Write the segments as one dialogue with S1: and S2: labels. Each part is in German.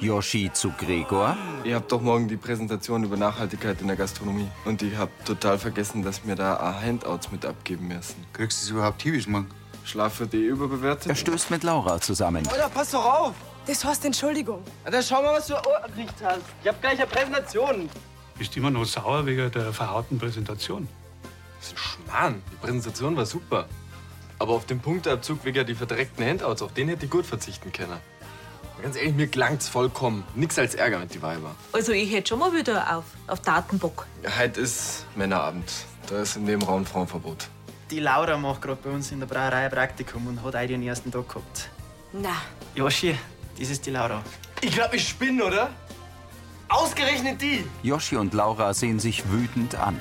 S1: Yoshi zu Gregor.
S2: Ihr habt doch morgen die Präsentation über Nachhaltigkeit in der Gastronomie. Und ich hab total vergessen, dass wir da auch Handouts mit abgeben müssen.
S3: Kriegst du es überhaupt hin, Mann?
S2: Schlaf wird eh überbewertet.
S1: Er stößt mit Laura zusammen.
S4: Alter, pass doch auf!
S5: Das heißt Entschuldigung.
S4: Alter, schau mal, was du angerichtet hast. Ich hab gleich eine Präsentation.
S6: Bist immer noch sauer wegen der verhauten Präsentation?
S7: Das ist ein Schmarrn. Die Präsentation war super. Aber auf den Punkteabzug wegen die verdreckten Handouts, auf den hätte ich gut verzichten können. Aber Ganz ehrlich, mir klang's vollkommen. Nix als Ärger mit die Weiber.
S8: Also ich hätte schon mal wieder auf, auf Datenbock.
S2: Heute ist Männerabend. Da ist in dem Raum Frauenverbot.
S4: Die Laura macht gerade bei uns in der Brauerei ein Praktikum und hat heute ihren ersten Tag gehabt.
S8: Na,
S4: Joshi, das ist die Laura.
S7: Ich glaube, ich spinne, oder? Ausgerechnet die!
S1: Yoshi und Laura sehen sich wütend an.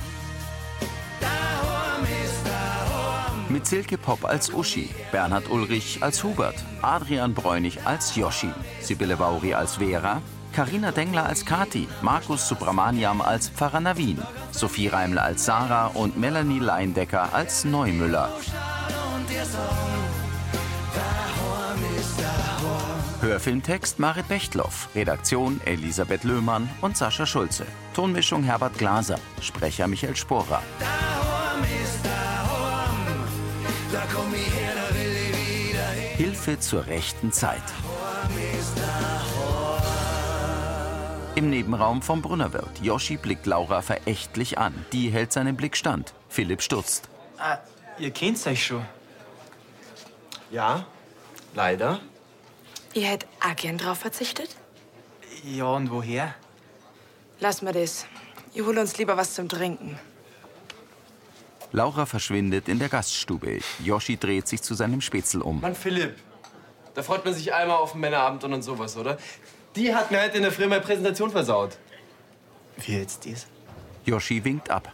S1: Mit Silke Pop als Uschi, Bernhard Ulrich als Hubert, Adrian Bräunig als Yoshi, Sibylle Vauri als Vera, Karina Dengler als Kati, Markus Subramaniam als Pfarrer Navin, Sophie Reimler als Sarah und Melanie Leindecker als Neumüller. Hörfilmtext Marit Bechtloff, Redaktion Elisabeth Löhmann und Sascha Schulze, Tonmischung Herbert Glaser, Sprecher Michael Sporer. Hilfe zur rechten Zeit. Im Nebenraum vom Brunnerwirt. Yoshi blickt Laura verächtlich an. Die hält seinen Blick stand. Philipp stutzt.
S4: Ah, ihr kennt euch schon.
S2: Ja, leider.
S5: Ich hätte auch gern drauf verzichtet.
S4: Ja, und woher?
S5: Lass mal das. Ich hol uns lieber was zum Trinken.
S1: Laura verschwindet in der Gaststube. Yoshi dreht sich zu seinem Spätzle um.
S7: Mann, Philipp, da freut man sich einmal auf den Männerabend und dann sowas, oder? Die hat mir heute in der Früh meine Präsentation versaut.
S4: Wie jetzt das?
S1: Yoshi winkt ab.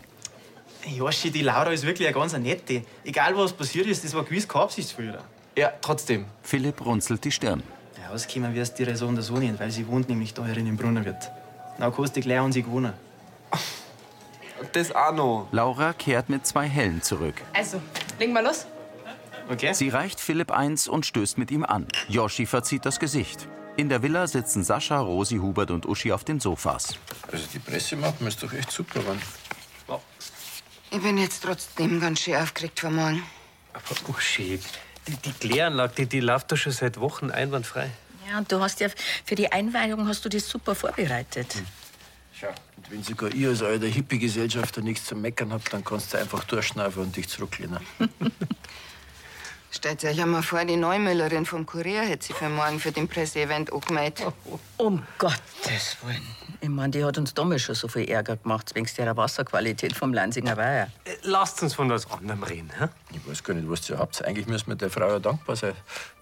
S4: Joshi, die Laura ist wirklich eine ganz nette. Egal was passiert ist, das war gewiss keine Absicht von ihr.
S7: Ja, trotzdem.
S1: Philipp runzelt die Stirn.
S4: Ja, auskommen wirst du ihre Sohn der Sohnin, weil sie wohnt nämlich da herin im Brunnerwirt. Na, kannst du gleich an sie gewohnen.
S7: Das auch noch.
S1: Laura kehrt mit zwei Hellen zurück.
S5: Also, legen wir los.
S4: Okay?
S1: Sie reicht Philipp eins und stößt mit ihm an. Yoshi verzieht das Gesicht. In der Villa sitzen Sascha, Rosi, Hubert und Uschi auf den Sofas.
S9: Also die Presse machen ist doch echt super, Mann.
S10: Ich bin jetzt trotzdem ganz schön aufgeregt von morgen.
S11: Aber Uschi, Oh, die, die Kläranlage, die, die läuft doch schon seit Wochen einwandfrei.
S8: Ja, und du hast ja für die Einweihung hast du das super vorbereitet.
S9: Und wenn sogar ihr als alter Hippie-Gesellschafter nichts zu meckern habt, dann kannst du einfach durchschnaufen und dich zurücklehnen.
S10: Stellt euch einmal vor, die Neumüllerin vom Kurier hätte sie für morgen für den Presseevent angemeldet.
S8: Um Gottes Willen. Ich meine, die hat uns damals schon so viel Ärger gemacht, wegen der Wasserqualität vom Lansinger Weiher.
S11: Äh, Lasst uns von was anderem reden. Hä?
S9: Ich weiß gar nicht, was ihr habt. Eigentlich müssen wir der Frau ja dankbar sein,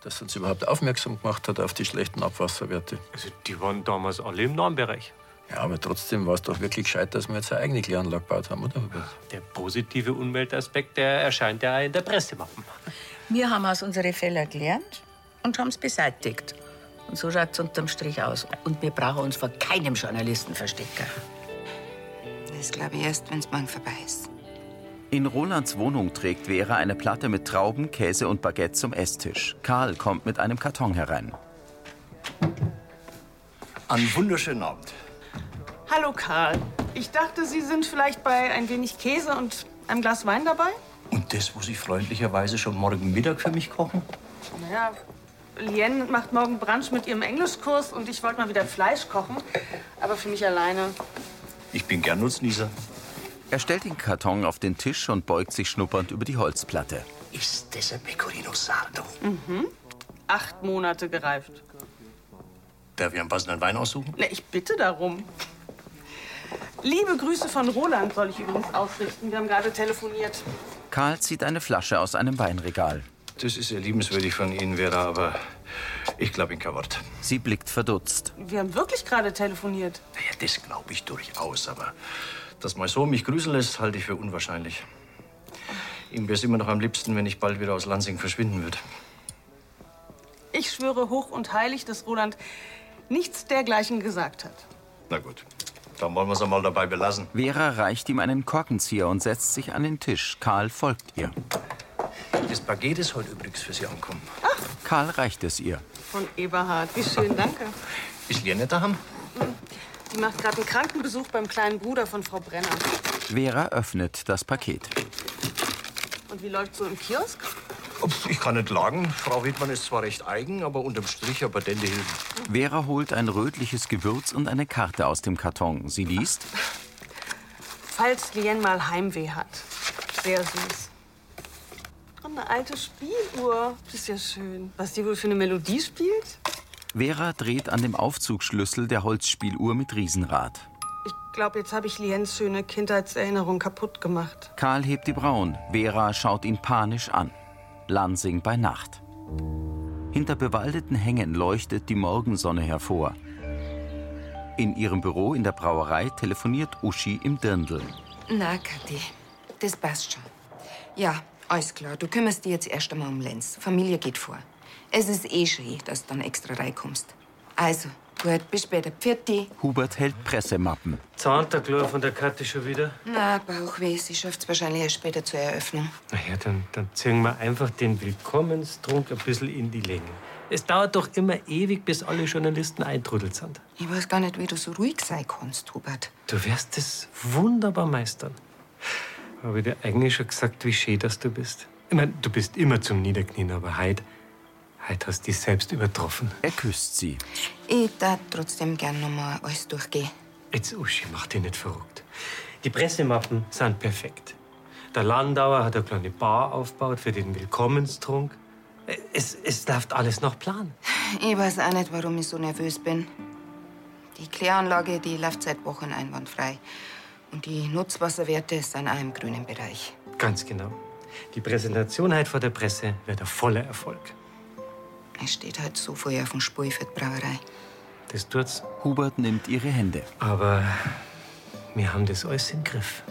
S9: dass sie uns überhaupt aufmerksam gemacht hat auf die schlechten Abwasserwerte.
S11: Also, die waren damals alle im Normbereich.
S9: Ja, aber trotzdem war es doch wirklich gescheit, dass wir jetzt eine eigene Kläranlage gebaut haben, oder? Hubert?
S11: Der positive Umweltaspekt, der erscheint ja in der Pressemappe.
S8: Wir haben aus unsere Fehler gelernt und haben es beseitigt. Und so schaut es unterm Strich aus. Und wir brauchen uns vor keinem Journalisten verstecken.
S10: Das glaube ich erst, wenn's morgen vorbei ist.
S1: In Rolands Wohnung trägt Vera eine Platte mit Trauben, Käse und Baguette zum Esstisch. Karl kommt mit einem Karton herein.
S12: Einen wunderschönen Abend.
S13: Hallo Karl. Ich dachte, Sie sind vielleicht bei ein wenig Käse und einem Glas Wein dabei?
S12: Und das, wo Sie freundlicherweise schon morgen Mittag für mich kochen?
S13: Naja, Lien macht morgen Brunch mit ihrem Englischkurs und ich wollte mal wieder Fleisch kochen. Aber für mich alleine.
S12: Ich bin gern Nutznießer.
S1: Er stellt den Karton auf den Tisch und beugt sich schnuppernd über die Holzplatte.
S12: Ist das ein Pecorino Sardo?
S13: Mhm. Acht Monate gereift.
S12: Darf ich einen passenden Wein aussuchen?
S13: Na, ich bitte darum. Liebe Grüße von Roland soll ich übrigens ausrichten. Wir haben gerade telefoniert.
S1: Karl zieht eine Flasche aus einem Weinregal.
S9: Das ist sehr liebenswürdig von Ihnen, Vera, aber ich glaube Ihnen kein Wort.
S1: Sie blickt verdutzt.
S13: Wir haben wirklich gerade telefoniert.
S9: Ah Ja, das glaube ich durchaus, aber dass mein Sohn mich grüßen lässt, halte ich für unwahrscheinlich. Ihm wäre es immer noch am liebsten, wenn ich bald wieder aus Lansing verschwinden würde.
S13: Ich schwöre hoch und heilig, dass Roland nichts dergleichen gesagt hat.
S9: Na gut, dann wollen wir es einmal dabei belassen.
S1: Vera reicht ihm einen Korkenzieher und setzt sich an den Tisch. Karl folgt ihr.
S9: Das Baguette ist heute übrigens für Sie ankommen.
S1: Karl reicht es ihr.
S13: Von Eberhard. Wie schön, danke.
S9: Ist Lea nicht daheim?
S13: Die macht gerade einen Krankenbesuch beim kleinen Bruder von Frau Brenner.
S1: Vera öffnet das Paket.
S13: Und wie läuft's so im Kiosk?
S9: Ups, Ich kann nicht lagen. Frau Wittmann ist zwar recht eigen, aber unterm Strich aber Dende Hilfen.
S1: Vera holt ein rötliches Gewürz und eine Karte aus dem Karton. Sie liest,
S13: Falls Lien mal Heimweh hat. Sehr süß. Und eine alte Spieluhr. Das ist ja schön. Was die wohl für eine Melodie spielt?
S1: Vera dreht an dem Aufzugsschlüssel der Holzspieluhr mit Riesenrad.
S13: Ich glaube, jetzt habe ich Liens schöne Kindheitserinnerung kaputt gemacht.
S1: Karl hebt die Brauen. Vera schaut ihn panisch an. Lansing bei Nacht. Hinter bewaldeten Hängen leuchtet die Morgensonne hervor. In ihrem Büro in der Brauerei telefoniert Uschi im Dirndl.
S10: Na, Kathi, das passt schon. Ja, alles klar. Du kümmerst dich jetzt erst einmal um Lenz. Familie geht vor. Es ist eh schön, dass du dann extra reinkommst. Also, gut, bis später. Pfiat
S1: Hubert hält Pressemappen.
S11: Zahntaglor von der Karte schon wieder.
S10: Na, Bauchweh, sie schafft's wahrscheinlich erst später zur Eröffnung.
S11: Na ja, dann, dann ziehen wir einfach den Willkommenstrunk ein bisschen in die Länge. Es dauert doch immer ewig, bis alle Journalisten eintrudelt sind.
S10: Ich weiß gar nicht, wie du so ruhig sein kannst, Hubert.
S11: Du wirst es wunderbar meistern. Habe ich dir eigentlich schon gesagt, wie schön dass du bist? Ich meine, du bist immer zum Niederknien, aber heute, heute hast du dich selbst übertroffen.
S1: Er küsst sie.
S10: Ich darf trotzdem gern nochmal alles durchgehen.
S11: Jetzt, Uschi, mach dich nicht verrückt. Die Pressemappen sind perfekt. Der Landauer hat eine kleine Bar aufgebaut für den Willkommenstrunk. Es, es läuft alles nach Plan.
S10: Ich weiß auch nicht, warum ich so nervös bin. Die Kläranlage, die läuft seit Wochen einwandfrei. Und die Nutzwasserwerte sind auch im grünen Bereich.
S11: Ganz genau. Die Präsentation heute vor der Presse wird ein voller Erfolg.
S10: Es steht halt so vorher auf dem Spur für die Brauerei.
S11: Das tut's.
S1: Hubert nimmt ihre Hände.
S11: Aber wir haben das alles im Griff.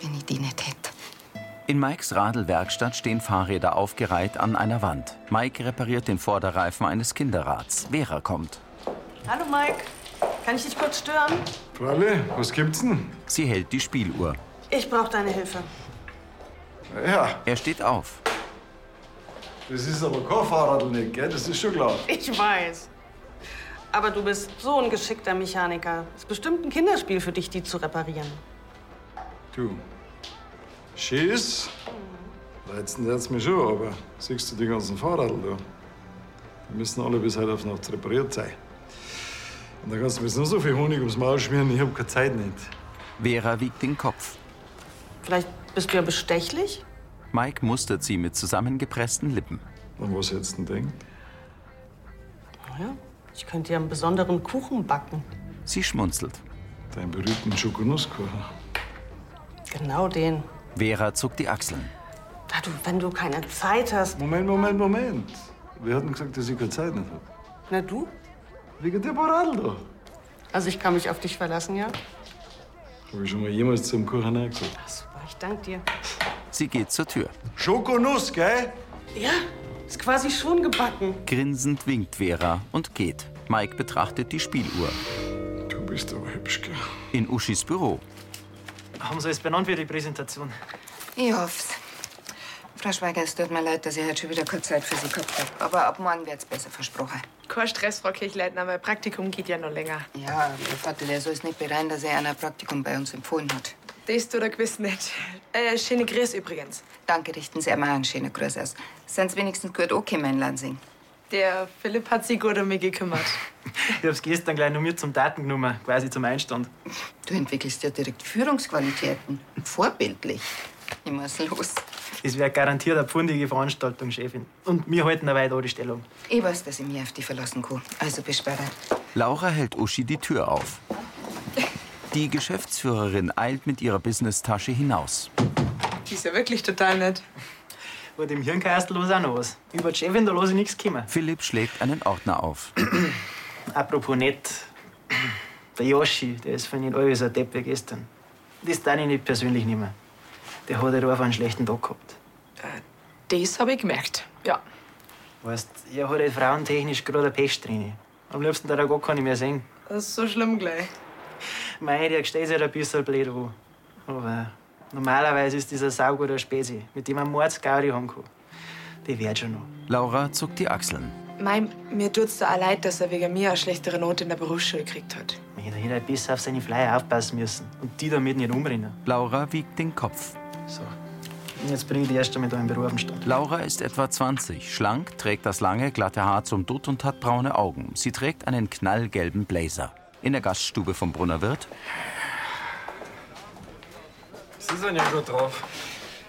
S10: Wenn ich die nicht hätte.
S1: In Mikes Radlwerkstatt stehen Fahrräder aufgereiht an einer Wand. Mike repariert den Vorderreifen eines Kinderrads. Vera kommt.
S13: Hallo, Mike. Kann ich dich kurz stören?
S1: Pralle, was gibt's denn? Sie hält die Spieluhr.
S13: Ich brauche deine Hilfe.
S1: Ja. Er steht auf.
S3: Das ist aber kein Fahrradl nicht, gell? Das ist schon klar.
S13: Ich weiß. Aber du bist so ein geschickter Mechaniker. Ist bestimmt ein Kinderspiel für dich, die zu reparieren.
S3: Du, schieß. Letzten hat's mich schon, aber siehst du die ganzen Fahrradl da? Die müssen alle bis heute auf Nacht repariert sein. Und da kannst du mir jetzt nur so viel Honig ums Maul schmieren, ich hab keine Zeit nicht.
S1: Vera wiegt den Kopf.
S13: Vielleicht bist du ja bestechlich?
S1: Mike mustert sie mit zusammengepressten Lippen.
S3: Und was jetzt denn denkt?
S13: Naja, ich könnte dir einen besonderen Kuchen backen.
S1: Sie schmunzelt.
S3: Deinen berühmten Schokonusskuchen.
S13: Genau den.
S1: Vera zuckt die Achseln.
S13: Na du, wenn du keine Zeit hast.
S3: Moment, Moment, Moment. Wir hatten gesagt, dass ich keine Zeit nicht hab.
S13: Na du?
S3: Wegen der Moral da.
S13: Also ich kann mich auf dich verlassen, ja?
S3: Hab ich schon mal jemals zum Kuchen nein gesagt?
S13: Aber ich danke dir.
S1: Sie geht zur Tür.
S3: Schokonuss, gell?
S13: Ja, ist quasi schon gebacken.
S1: Grinsend winkt Vera und geht. Mike betrachtet die Spieluhr.
S3: Du bist aber hübsch, gell?
S1: In Uschis Büro.
S4: Haben Sie alles benannt für die Präsentation?
S10: Ich hoff's. Frau Schweiger, es tut mir leid, dass ich heute schon wieder keine Zeit für Sie gehabt habe. Aber ab morgen wird's besser versprochen.
S5: Kein Stress, Frau Kirchleitner, mein Praktikum geht ja noch länger.
S10: Ja, der Vater, der soll es nicht bereuen, dass er einer Praktikum bei uns empfohlen hat.
S5: Das tut er gewiss nicht. Äh, schöne Grüß übrigens.
S10: Danke, richten Sie einmal einen schönen Gruß aus. Sind's wenigstens gut okay, mein Lansing.
S5: Der Philipp hat sich gut um mich gekümmert.
S4: Ich hab's gestern gleich noch mit zum Daten genommen, quasi zum Einstand.
S10: Du entwickelst ja direkt Führungsqualitäten. Vorbildlich. Ich muss los.
S4: Das wäre garantiert eine pfundige Veranstaltung, Chefin. Und wir halten eine weit Stellung.
S10: Ich weiß, dass ich mich auf die verlassen kann. Also bis später.
S1: Laura hält Uschi die Tür auf. Die Geschäftsführerin eilt mit ihrer Businesstasche hinaus.
S5: Die ist ja wirklich total nett.
S4: Und im Hirnkastel los auch noch was. Über die Chefin, da lasse ich nichts kommen.
S1: Philipp schlägt einen Ordner auf.
S4: Apropos nett. Der Yoshi, der ist für nicht alles ein Depp wie gestern. Das darf ich nicht persönlich nehmen. Der hat halt einfach einen schlechten Tag gehabt.
S5: Das habe ich gemerkt. Ja.
S4: Weißt, er hat halt frauentechnisch gerade eine Pest drin. Am liebsten darf er gar keine mehr sehen.
S5: Das ist so schlimm gleich.
S4: Mei, der steht sich ein bisschen blöd an. Aber äh, normalerweise ist dieser sauguter Spezi, mit dem man Mordsgaudi haben kann. Die wird schon noch.
S1: Laura zuckt die Achseln.
S14: Mei, mir tut's da auch leid, dass er wegen mir eine schlechtere Note in der Berufsschule gekriegt hat.
S4: Man hätte hätte halt besser auf seine Flyer aufpassen müssen und die damit nicht umrennen.
S1: Laura wiegt den Kopf.
S4: So. Und Jetzt bringe ich die erst einmal da im Büro auf den Stand.
S1: Laura ist etwa 20, schlank, trägt das lange, glatte Haar zum Dutt und hat braune Augen. Sie trägt einen knallgelben Blazer. In der Gaststube vom Brunner Wirt.
S15: Sie sind ja gut drauf.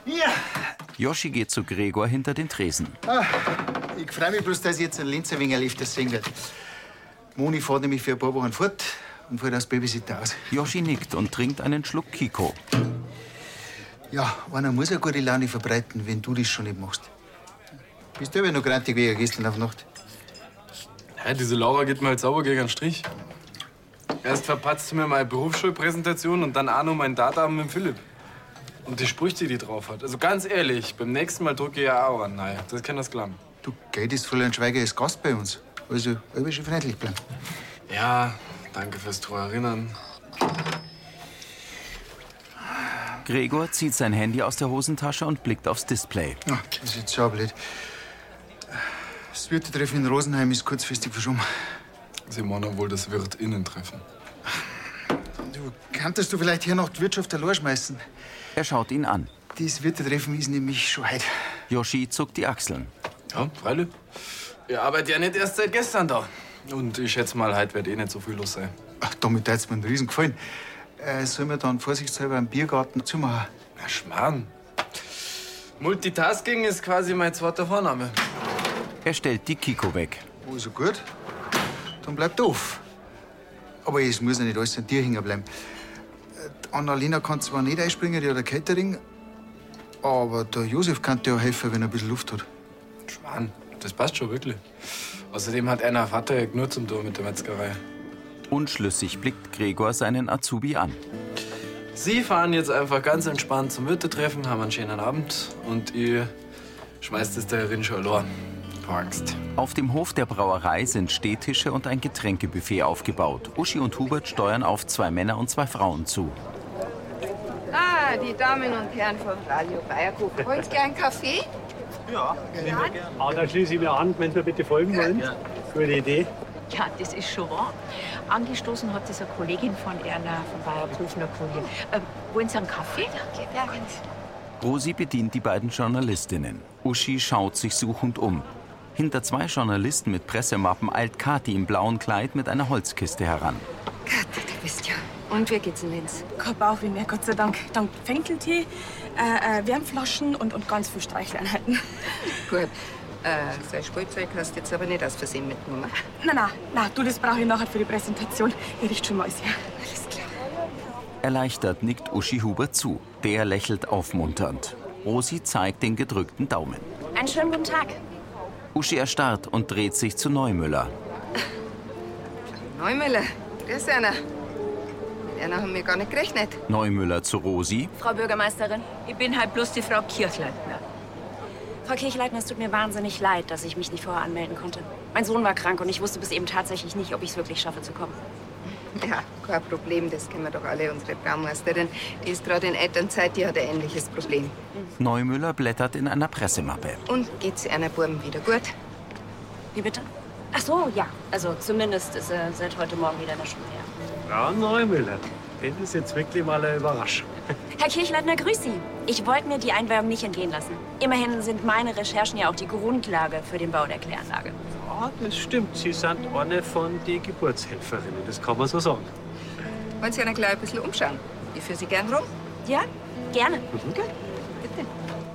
S16: Ja,
S1: Yoshi geht zu Gregor hinter den Tresen.
S16: ah, ich freue mich bloß, dass ich jetzt ein Linz ein wenig ein Lift sehen wird. Moni fährt nämlich für ein paar Wochen fort und fährt als Babysitter aus.
S1: Yoshi nickt und trinkt einen Schluck Kiko.
S16: Ja, einer muss ja gute Laune verbreiten, wenn du das schon nicht machst. Bist du aber noch grantig wie gestern auf Nacht?
S2: Ja, diese Laura geht mir halt sauber gegen den Strich. Erst verpatzt sie mir meine Berufsschulpräsentation und dann auch noch mein Datum mit dem Philipp. Und die Sprüche, die die drauf hat. Also ganz ehrlich, beim nächsten Mal drücke ich ja auch an. Nein, das kann das klappen.
S16: Du, Geld ist Fräulein Schweiger ist Gast bei uns. Also, immer schön freundlich bleiben.
S2: Ja, danke fürs Treu erinnern.
S1: Gregor zieht sein Handy aus der Hosentasche und blickt aufs Display.
S16: Ja, das ist Ah, jetzt schon blöd. Das Wirtetreffen in Rosenheim ist kurzfristig verschoben.
S2: Sie meinen wohl das Wirt-Innentreffen.
S16: Du könntest du vielleicht hier noch die Wirtschaft allein schmeißen.
S1: Er schaut ihn an.
S16: Das Wirtetreffen ist nämlich schon heute.
S1: Yoshi zuckt die Achseln.
S2: Ja, freilich. Ihr arbeitet ja nicht erst seit gestern da. Und ich schätze mal, heute wird eh nicht so viel los sein.
S16: Ach, damit hat's mir einen riesen Gefallen. Äh, sollen wir dann vorsichtshalber einen Biergarten zumachen?
S2: Na, Schmarrn. Multitasking ist quasi mein zweiter Vorname.
S1: Er stellt die Kiko weg.
S16: Also gut, dann bleib doof. Aber es muss ja nicht alles an dir hängen bleiben. Äh, die Annalena kann zwar nicht einspringen, die hat ein Catering, aber der Josef kann dir auch helfen, wenn er ein bisschen Luft hat.
S2: Schmarrn, das passt schon wirklich. Außerdem hat einer Vater nur zum Tor mit der Metzgerei.
S1: Unschlüssig blickt Gregor seinen Azubi an.
S2: Sie fahren jetzt einfach ganz entspannt zum Wirtetreffen, haben einen schönen Abend und ihr schmeißt es der Rinschalor. Angst.
S1: Auf dem Hof der Brauerei sind Stehtische und ein Getränkebuffet aufgebaut. Uschi und Hubert steuern auf zwei Männer und zwei Frauen zu.
S17: Ah, die Damen und Herren vom Radio Bayerhof. Wollt ihr einen Kaffee? Ja, ja,
S11: Ah, da schließe ich mir an, wenn Sie bitte folgen wollen. Gute Idee.
S8: Ja, das ist schon wahr. Angestoßen hat das eine Kollegin von Erna, von Bayerkofener Kurier. Äh, wollen Sie einen Kaffee? Danke,
S1: Rosi bedient die beiden Journalistinnen. Uschi schaut sich suchend um. Hinter zwei Journalisten mit Pressemappen eilt Kathi im blauen Kleid mit einer Holzkiste heran.
S10: Du bist ja. Und wie geht's in Linz?
S18: Kein Bauchweh mehr, Gott sei Dank. Dank Fenkeltee, äh, äh, Wärmflaschen und, und ganz viel Streichleinheiten.
S10: Gut. Äh, so ein Spielzeug hast du jetzt aber nicht aus Versehen mitgenommen.
S18: Na, na, na, du, das brauche ich nachher für die Präsentation. Ihr riecht schon mal sehr. Alles klar.
S1: Erleichtert nickt Uschi Huber zu. Der lächelt aufmunternd. Rosi zeigt den gedrückten Daumen.
S19: Einen schönen guten Tag.
S1: Uschi erstarrt und dreht sich zu Neumüller.
S10: Neumüller, grüß Erna. Mit Erna haben wir gar nicht gerechnet.
S1: Neumüller zu Rosi.
S19: Frau Bürgermeisterin,
S8: Ich bin halt bloß die Frau Kirchleitner.
S19: Frau Kirchleitner, es tut mir wahnsinnig leid, dass ich mich nicht vorher anmelden konnte. Mein Sohn war krank und ich wusste bis eben tatsächlich nicht, ob ich es wirklich schaffe zu kommen.
S10: Ja, kein Problem, das kennen wir doch alle, unsere Braumeisterin. Die ist gerade in Elternzeit, die hat ein ähnliches Problem.
S1: Neumüller blättert in einer Pressemappe.
S10: Und geht's Erna Burm wieder gut?
S19: Wie bitte? Ach so, ja. Also zumindest ist er seit heute Morgen wieder in der Schule. Ja.
S11: Frau Neumüller, das ist jetzt wirklich mal eine Überraschung.
S19: Herr Kirchleitner, grüß Sie. Ich wollte mir die Einweihung nicht entgehen lassen. Immerhin sind meine Recherchen ja auch die Grundlage für den Bau der Kläranlage.
S11: Ah, das stimmt. Sie sind eine von den Geburtshelferinnen, das kann man so sagen.
S10: Wollen Sie Erna gleich ein bisschen umschauen? Ich führe Sie gern rum.
S19: Ja, gerne.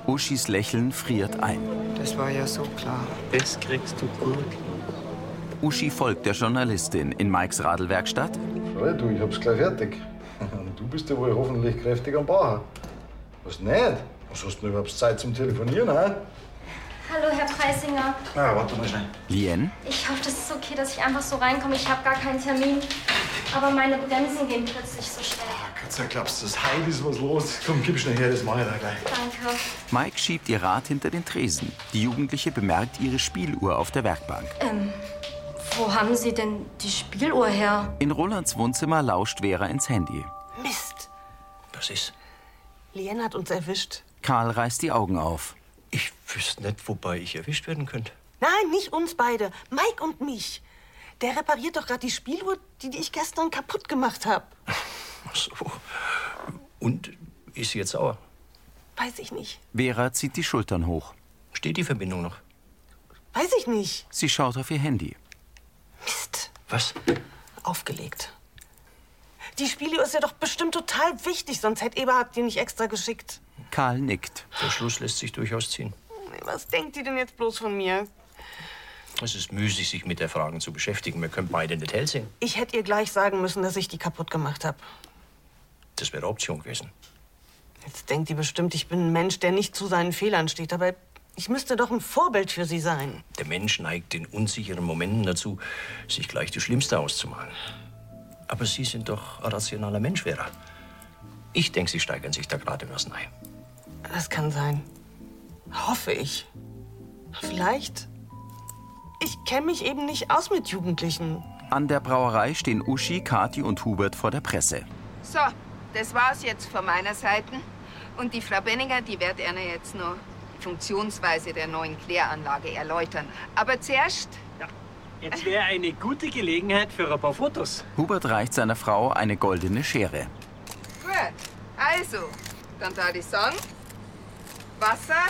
S1: Uschis Lächeln friert ein.
S10: Das war ja so klar.
S1: Das kriegst du gut. Uschi folgt der Journalistin in Mikes Radlwerkstatt.
S3: Schau, du, ich hab's gleich fertig. Und du bist ja wohl hoffentlich kräftig am Bauer. Was nicht? Was hast du denn überhaupt Zeit zum Telefonieren, hä?
S20: Hallo, Herr Preisinger.
S3: Na, warte mal schnell.
S1: Lien?
S20: Ich hoffe, das ist okay, dass ich einfach so reinkomme. Ich habe gar keinen Termin. Aber meine Bremsen gehen plötzlich so schnell.
S3: Gott sei Dank, das Heil ist was los. Komm, gib schnell her, das mach ich da gleich.
S20: Danke.
S1: Mike schiebt ihr Rad hinter den Tresen. Die Jugendliche bemerkt ihre Spieluhr auf der Werkbank.
S20: Ähm, wo haben Sie denn die Spieluhr her?
S1: In Rolands Wohnzimmer lauscht Vera ins Handy.
S13: Mist.
S1: Was ist?
S13: Lien hat uns erwischt.
S1: Karl reißt die Augen auf.
S9: Ich wüsste nicht, wobei ich erwischt werden könnte.
S13: Nein, nicht uns beide. Mike und mich. Der repariert doch gerade die Spieluhr, die, die ich gestern kaputt gemacht habe.
S9: Ach so. Und ist sie jetzt sauer?
S13: Weiß ich nicht.
S1: Vera zieht die Schultern hoch.
S9: Steht die Verbindung noch?
S13: Weiß ich nicht.
S1: Sie schaut auf ihr Handy.
S9: Was?
S13: Aufgelegt. Die Spieluhr ist ja doch bestimmt total wichtig, sonst hätte Eberhard die nicht extra geschickt.
S1: Karl nickt.
S9: Der Schluss lässt sich durchaus ziehen.
S13: Was denkt die denn jetzt bloß von mir?
S9: Es ist müßig, sich mit der Frage zu beschäftigen. Wir können beide nicht hell sehen.
S13: Ich hätte ihr gleich sagen müssen, dass ich die kaputt gemacht habe.
S9: Das wäre eine Option gewesen.
S13: Jetzt denkt die bestimmt, ich bin ein Mensch, der nicht zu seinen Fehlern steht. Aber ich müsste doch ein Vorbild für sie sein.
S9: Der Mensch neigt in unsicheren Momenten dazu, sich gleich das Schlimmste auszumalen. Aber Sie sind doch ein rationaler Mensch, Vera. Ich denke, Sie steigern sich da gerade in was ein.
S13: Das kann sein. Hoffe ich. Vielleicht. Ich kenne mich eben nicht aus mit Jugendlichen.
S1: An der Brauerei stehen Uschi, Kati und Hubert vor der Presse.
S10: So, das war's jetzt von meiner Seite. Und die Frau Benninger, die wird Ihnen jetzt noch die Funktionsweise der neuen Kläranlage erläutern. Aber zuerst.
S11: Jetzt wäre eine gute Gelegenheit für ein paar Fotos.
S1: Hubert reicht seiner Frau eine goldene Schere.
S10: Gut, also, dann da ich sagen: Wasser,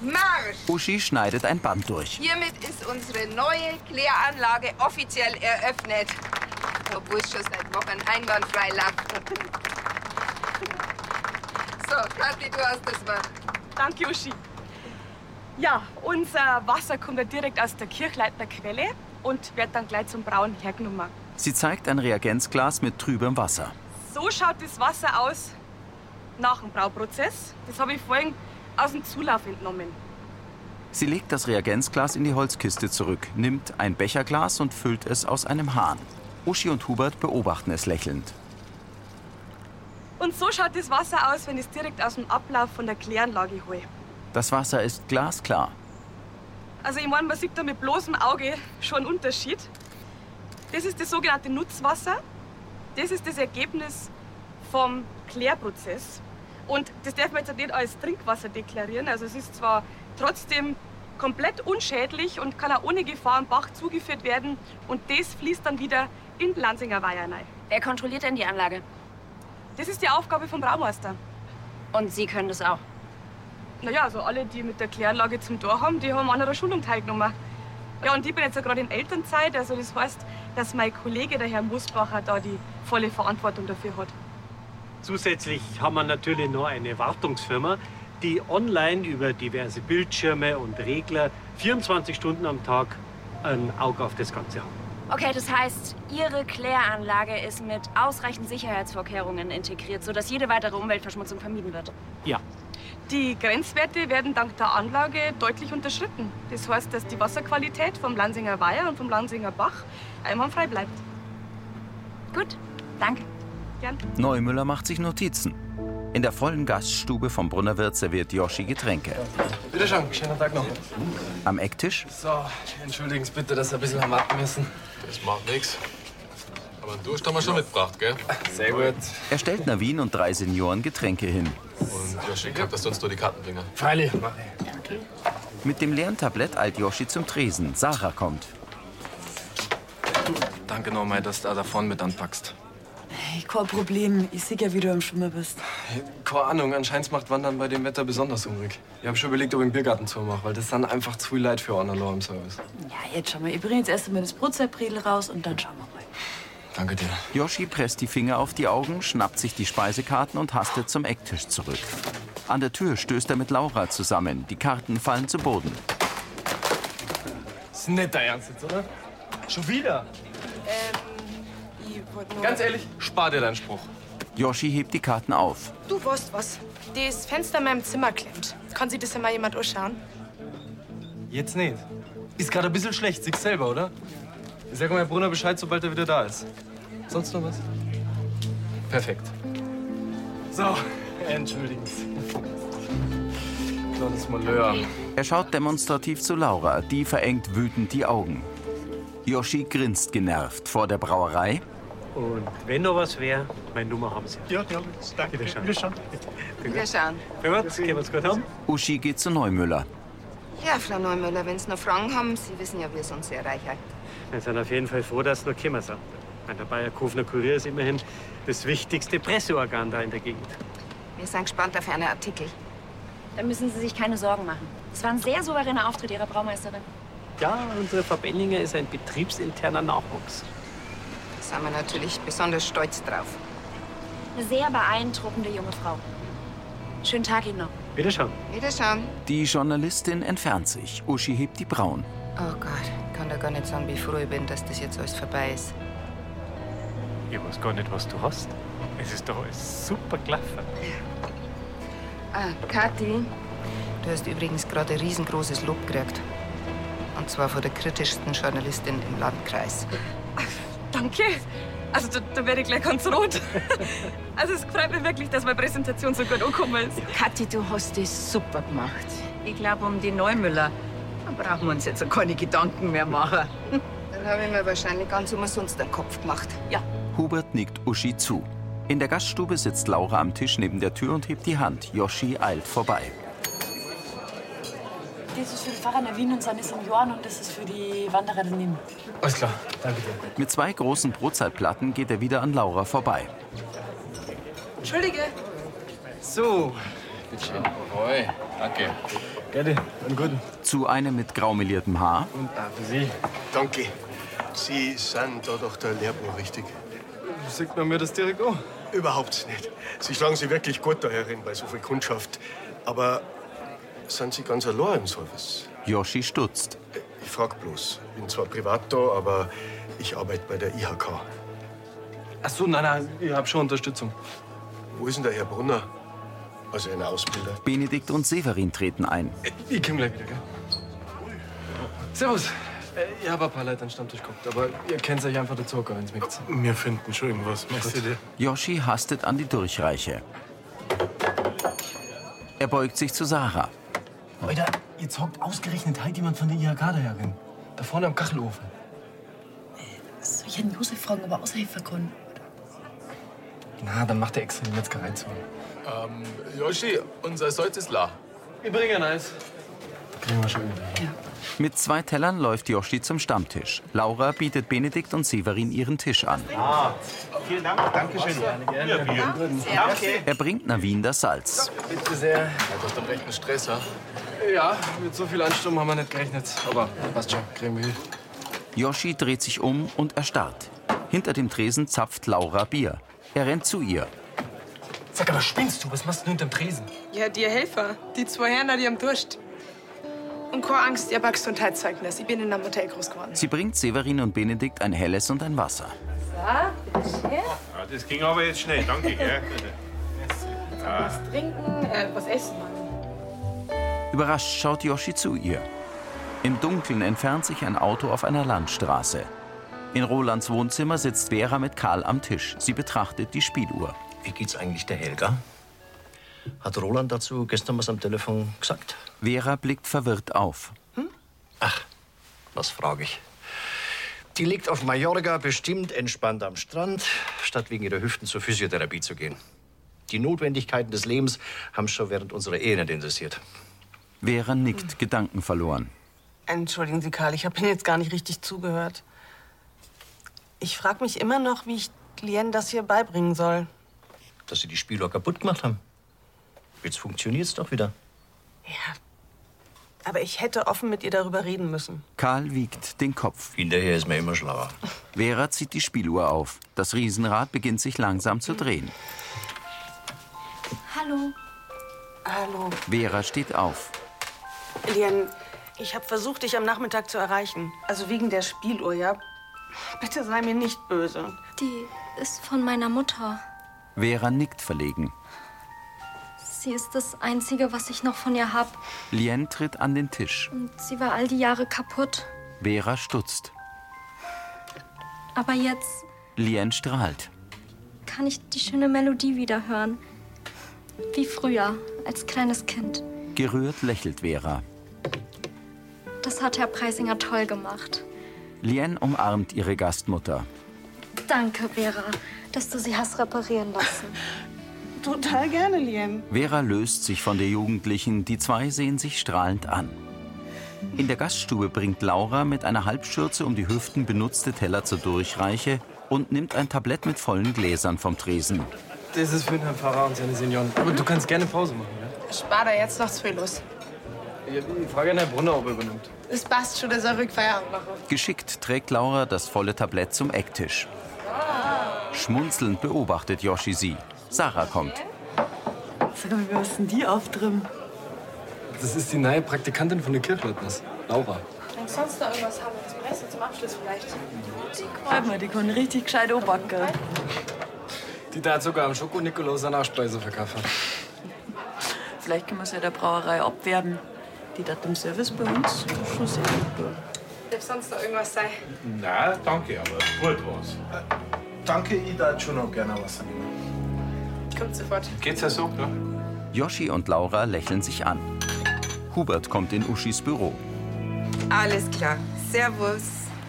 S10: Marsch!
S1: Uschi schneidet ein Band durch.
S10: Hiermit ist unsere neue Kläranlage offiziell eröffnet. Obwohl es schon seit Wochen einwandfrei lag. So, Kathi, du hast das Wort.
S18: Danke, Uschi. Ja, unser Wasser kommt ja direkt aus der Kirchleitner Quelle und wird dann gleich zum Brauen hergenommen.
S1: Sie zeigt ein Reagenzglas mit trübem Wasser.
S18: So schaut das Wasser aus nach dem Brauprozess. Das habe ich vorhin aus dem Zulauf entnommen.
S1: Sie legt das Reagenzglas in die Holzkiste zurück, nimmt ein Becherglas und füllt es aus einem Hahn. Uschi und Hubert beobachten es lächelnd.
S18: Und so schaut das Wasser aus, wenn ich es direkt aus dem Ablauf von der Kläranlage hole.
S1: Das Wasser ist glasklar.
S18: Also ich meine, man sieht da mit bloßem Auge schon einen Unterschied. Das ist das sogenannte Nutzwasser. Das ist das Ergebnis vom Klärprozess. Und das darf man jetzt nicht als Trinkwasser deklarieren. Also es ist zwar trotzdem komplett unschädlich und kann auch ohne Gefahr am Bach zugeführt werden. Und das fließt dann wieder in die Lansinger Weiher rein.
S19: Wer kontrolliert denn die Anlage?
S18: Das ist die Aufgabe vom Braumeister.
S19: Und Sie können das auch.
S18: Naja, also alle, die mit der Kläranlage zum Tor haben, die haben an einer Schulung teilgenommen. Ja, und ich bin jetzt ja gerade in Elternzeit, also das heißt, dass mein Kollege, der Herr Musbacher, da die volle Verantwortung dafür hat.
S11: Zusätzlich haben wir natürlich noch eine Wartungsfirma, die online über diverse Bildschirme und Regler 24 Stunden am Tag ein Auge auf das Ganze haben.
S19: Okay, das heißt, Ihre Kläranlage ist mit ausreichend Sicherheitsvorkehrungen integriert, sodass jede weitere Umweltverschmutzung vermieden wird.
S11: Ja,
S18: Die Grenzwerte werden dank der Anlage deutlich unterschritten. Das heißt, dass die Wasserqualität vom Lansinger Weiher und vom Lansinger Bach einwandfrei bleibt.
S19: Gut, danke.
S18: Gern.
S1: Neumüller macht sich Notizen. In der vollen Gaststube vom Brunnerwirt serviert Joschi Getränke.
S2: Bitte schön, schönen Tag noch.
S1: Am Ecktisch
S2: So, entschuldigen Sie bitte, dass wir ein bisschen haben warten müssen. Das macht nichts.
S16: Aber einen Durst haben wir schon mitgebracht, gell?
S2: Sehr gut.
S1: erstellt Navin und drei Senioren Getränke hin.
S16: Und Joschik, habt das sonst nur die Kartendinger?
S2: Freilich, mach
S1: Mit dem leeren Tablett eilt Joschi zum Tresen. Sarah kommt.
S2: Danke nochmal, dass du da vorne mit anpackst.
S21: Hey, kein Problem. Ich sehe ja, wie du am Schwimmen bist.
S2: Keine Ahnung, anscheinend macht Wandern bei dem Wetter besonders unruhig. Ich habe schon überlegt, ob ich einen Biergartentour mache, weil das dann einfach zu viel Leid für Ornalo im Service.
S21: Ja, jetzt schau mal. Ich bringe jetzt erst einmal das Brotzeitbredel raus und dann schauen wir mal.
S2: Danke dir.
S1: Yoshi presst die Finger auf die Augen, schnappt sich die Speisekarten und hastet zum Ecktisch zurück. An der Tür stößt er mit Laura zusammen. Die Karten fallen zu Boden.
S2: Ist nicht dein Ernst jetzt, oder? Schon wieder?
S22: Ich wollt nur-
S2: Ganz ehrlich, spar dir deinen Spruch.
S1: Yoshi hebt die Karten auf.
S22: Du weißt was. Das Fenster in meinem Zimmer klemmt. Kann sich das einmal jemand anschauen?
S2: Jetzt nicht. Ist gerade ein bisschen schlecht, siehst selber, oder? Ich sag mal Brunner Bescheid, sobald er wieder da ist. Sonst noch was? Perfekt. So, entschuldigen Sie. Kleines Malheur.
S1: Er schaut demonstrativ zu Laura, die verengt wütend die Augen. Yoshi grinst genervt vor der Brauerei.
S11: Und wenn noch was wäre, meine Nummer haben Sie. Ja, ja, danke. Wiederschauen. Wiederschauen.
S10: Wir schauen.
S11: Für was? Können wir es gut haben?
S1: Uschi geht zu Neumüller.
S10: Ja, Frau Neumüller, wenn Sie noch Fragen haben, Sie wissen ja, wie es uns erreicht.
S11: Wir sind auf jeden Fall froh, dass es noch gekommen sind. Weil Der Bayer Kofner Kurier ist immerhin das wichtigste Presseorgan da in der Gegend.
S10: Wir sind gespannt auf einen Artikel.
S19: Da müssen Sie sich keine Sorgen machen. Es war ein sehr souveräner Auftritt Ihrer Braumeisterin.
S11: Ja, unsere Frau Benninger ist ein betriebsinterner Nachwuchs.
S10: Da sind wir natürlich besonders stolz drauf.
S19: Eine sehr beeindruckende junge Frau. Schönen Tag Ihnen noch.
S11: Wiederschauen.
S10: Wiederschauen.
S1: Die Journalistin entfernt sich. Uschi hebt die Brauen.
S10: Oh Gott, ich kann da gar nicht sagen, wie froh ich bin, dass das jetzt alles vorbei ist.
S11: Ich weiß gar nicht, was du hast. Es ist doch alles super gelaufen.
S10: Ah, Kathi, du hast übrigens gerade ein riesengroßes Lob gekriegt. Und zwar von der kritischsten Journalistin im Landkreis.
S23: Danke. Also da, da werde ich gleich ganz rot. Also es freut mich wirklich, dass meine Präsentation so gut angekommen ist.
S8: Kathi, du hast das super gemacht. Ich glaube, um die Neumüller da brauchen wir uns jetzt auch keine Gedanken mehr machen.
S10: Dann habe ich mir wahrscheinlich ganz umsonst den Kopf gemacht. Ja.
S1: Hubert nickt Uschi zu. In der Gaststube sitzt Laura am Tisch neben der Tür und hebt die Hand. Yoshi eilt vorbei.
S24: Das ist für die Pfarrer der Wien und seine Senioren und das ist für die Wanderer daneben.
S1: Alles klar, danke dir. Mit zwei großen Brotzeitplatten geht er wieder an Laura vorbei.
S23: Entschuldige.
S2: So, bitteschön. Hoi, danke. Gerne, einen guten.
S1: Zu einem mit graumeliertem Haar.
S2: Und auch für Sie.
S25: Danke. Sie sind da doch der Lehrbuch, richtig?
S2: Sieht man mir das direkt an?
S25: Überhaupt nicht. Sie schlagen sich wirklich gut da herin bei so viel Kundschaft. Aber sind Sie ganz allein im Service?
S1: Yoshi stutzt.
S25: Ich frag bloß. Bin zwar privat da, aber ich arbeite bei der IHK.
S2: Ach so, nein, nein, ich hab schon Unterstützung.
S25: Wo ist denn der Herr Brunner? Also ein Ausbilder.
S1: Benedikt und Severin treten ein.
S2: Ich komm gleich wieder, gell? Servus. Äh, Ich hab ein paar Leute an den Stammtisch geguckt, aber ihr kennt euch einfach dazu, wenn es mögt.
S26: Wir finden schon irgendwas. Merci dir.
S1: Yoshi hastet an die Durchreiche. Er beugt sich zu Sarah.
S2: Alter, jetzt hockt ausgerechnet halt jemand von der IHK daherin. Da vorne am Kachelofen.
S24: Soll ich einen Josef fragen, ob er aushelfen kann?
S2: Na, dann macht er extra die Metzgerei zu.
S26: Ähm, Yoshi, unser Salz ist la.
S2: Ich bringe ein Eis. Kriegen wir schon irgendwie.
S1: Mit zwei Tellern läuft Yoshi zum Stammtisch. Laura bietet Benedikt und Severin ihren Tisch an.
S2: Ah,
S3: vielen Dank. Dankeschön.
S2: Gerne.
S3: Danke.
S1: Er bringt Navin das Salz.
S2: Bitte sehr.
S26: Du hast am rechten Stress, ha?
S2: Ja, mit so viel Ansturm haben wir nicht gerechnet. Aber passt schon, kriegen wir hin.
S1: Yoshi dreht sich um und erstarrt. Hinter dem Tresen zapft Laura Bier. Er rennt zu ihr.
S2: Sag, aber spinnst du? Was machst du hinterm Tresen?
S18: Ja, die Helfer. Die zwei Herren, die haben Durst. Und keine Angst, ihr habt ein Gesundheitszeugnis. Ich bin in einem Hotel groß geworden.
S1: Sie bringt Severin und Benedikt ein helles und ein Wasser.
S18: So, bitteschön.
S27: Ja, das ging aber jetzt schnell, danke, gell? ah,
S18: Trinken,
S24: äh,
S18: was essen.
S1: Überrascht schaut Yoshi zu ihr. Im Dunkeln entfernt sich ein Auto auf einer Landstraße. In Rolands Wohnzimmer sitzt Vera mit Karl am Tisch. Sie betrachtet die Spieluhr.
S9: Wie geht's eigentlich der Helga? Hat Roland dazu gestern was am Telefon gesagt?
S1: Vera blickt verwirrt auf.
S9: Was frage ich? Die liegt auf Mallorca bestimmt entspannt am Strand, statt wegen ihrer Hüften zur Physiotherapie zu gehen. Die Notwendigkeiten des Lebens haben schon während unserer Ehe nicht interessiert.
S1: Vera nickt, Gedanken verloren.
S13: Entschuldigen Sie, Karl, ich habe Ihnen jetzt gar nicht richtig zugehört. Ich frage mich immer noch, wie ich Lien das hier beibringen soll.
S9: Dass sie die Spieler kaputt gemacht haben. Jetzt funktioniert's doch wieder.
S13: Ja, aber ich hätte offen mit ihr darüber reden müssen.
S1: Karl wiegt den Kopf.
S9: Hinterher ist man immer schlauer.
S1: Vera zieht die Spieluhr auf. Das Riesenrad beginnt sich langsam zu drehen.
S13: Hallo. Hallo.
S1: Vera steht auf.
S13: Lien, ich habe versucht, dich am Nachmittag zu erreichen. Also wegen der Spieluhr, ja? Bitte sei mir nicht böse.
S20: Die ist von meiner Mutter.
S1: Vera nickt verlegen.
S20: Sie ist das Einzige, was ich noch von ihr habe.
S1: Lien tritt an den Tisch.
S20: Und sie war all die Jahre kaputt.
S1: Vera stutzt.
S20: Aber jetzt
S1: Lien strahlt.
S20: kann ich die schöne Melodie wieder hören. Wie früher, als kleines Kind.
S1: Gerührt lächelt Vera.
S20: Das hat Herr Preisinger toll gemacht.
S1: Lien umarmt ihre Gastmutter.
S20: Danke, Vera, dass du sie hast reparieren lassen.
S13: Total gerne, Lien.
S1: Vera löst sich von der Jugendlichen. Die zwei sehen sich strahlend an. In der Gaststube bringt Laura mit einer Halbschürze um die Hüften benutzte Teller zur Durchreiche und nimmt ein Tablett mit vollen Gläsern vom Tresen.
S2: Das ist für den Herrn Pfarrer und seine Senioren. Aber du kannst gerne Pause machen,
S18: Spar da jetzt noch zu viel los.
S2: ja? Ich frage an Herrn Brunner, ob er übernimmt.
S18: Das passt schon, dass er ruhig Feierabend machen.
S1: Geschickt trägt Laura das volle Tablett zum Ecktisch. Schmunzelnd beobachtet Yoshi sie. Sarah kommt.
S13: Sag mal, wie hast denn die auftrimmen?
S2: Das ist die neue Praktikantin von der Kirchleutners, Laura.
S18: Wenn sonst noch irgendwas haben, das Presse zum Abschluss vielleicht.
S13: Freut mich, die können richtig gescheit anbacken.
S2: Die da hat sogar am Schoko-Nikolaus eine Nachspeise verkauft.
S28: Vielleicht können wir es ja der Brauerei abwerben. Die hat im Service bei uns schon sehr gut. tun.
S18: Darf sonst noch irgendwas sein?
S29: Na, danke, aber gut was.
S30: Äh, Danke, ich darf schon noch gerne was nehmen.
S18: Kommt sofort.
S29: Geht's ja so, ne?
S1: Yoshi und Laura lächeln sich an. Hubert kommt in Uschis Büro.
S10: Alles klar. Servus.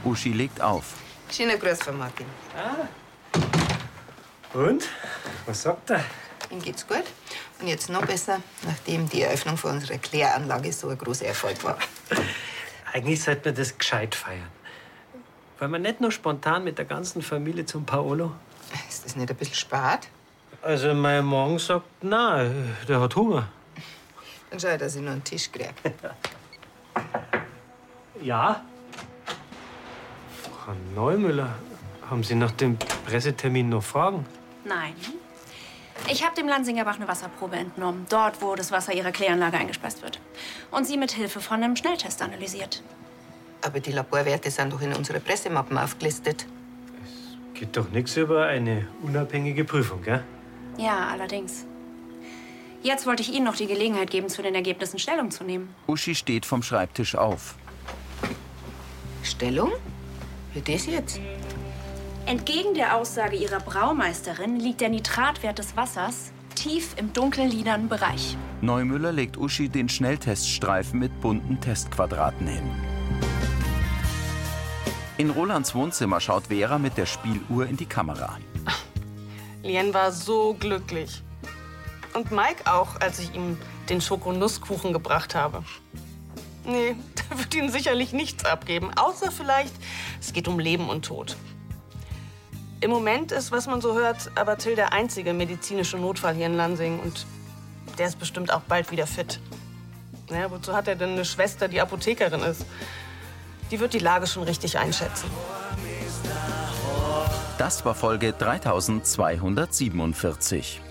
S1: Uschi legt auf.
S10: Schöner Gruß von Martin.
S11: Ah,
S2: Und? Was sagt er?
S10: Ihm geht's gut. Und jetzt noch besser, nachdem die Eröffnung von unserer Kläranlage so ein großer Erfolg war.
S11: Halt Eigentlich sollte man das gescheit feiern. Wollen wir nicht nur spontan mit der ganzen Familie zum Paolo?
S10: Ist das nicht ein bisschen spät?
S11: Also, mein Morgen sagt, na, der hat Hunger.
S10: Dann schau ich, dass ich noch einen Tisch kriege.
S11: Ja? Frau Neumüller, haben Sie nach dem Pressetermin noch Fragen?
S19: Nein. Ich habe dem Lansinger Bach eine Wasserprobe entnommen, dort, wo das Wasser ihrer Kläranlage eingespeist wird. Und sie mit Hilfe von einem Schnelltest analysiert.
S10: Aber die Laborwerte sind doch in unserer Pressemappen aufgelistet.
S11: Geht doch nichts über eine unabhängige Prüfung, gell?
S19: Ja, allerdings. Jetzt wollte ich Ihnen noch die Gelegenheit geben, zu den Ergebnissen Stellung zu nehmen.
S1: Uschi steht vom Schreibtisch auf.
S10: Stellung? Für das jetzt?
S19: Entgegen der Aussage Ihrer Braumeisterin liegt der Nitratwert des Wassers tief im dunkellilanen Bereich.
S1: Neumüller legt Uschi den Schnellteststreifen mit bunten Testquadraten hin. In Rolands Wohnzimmer schaut Vera mit der Spieluhr in die Kamera.
S13: Lien war so glücklich. Und Mike auch, als ich ihm den Schokonusskuchen gebracht habe. Nee, der wird ihn sicherlich nichts abgeben, außer vielleicht, es geht um Leben und Tod. Im Moment ist, was man so hört, aber Till der einzige medizinische Notfall hier in Lansing. Und der ist bestimmt auch bald wieder fit. Naja, wozu hat er denn eine Schwester, die Apothekerin ist? Die wird die Lage schon richtig einschätzen.
S1: Das war Folge 3247.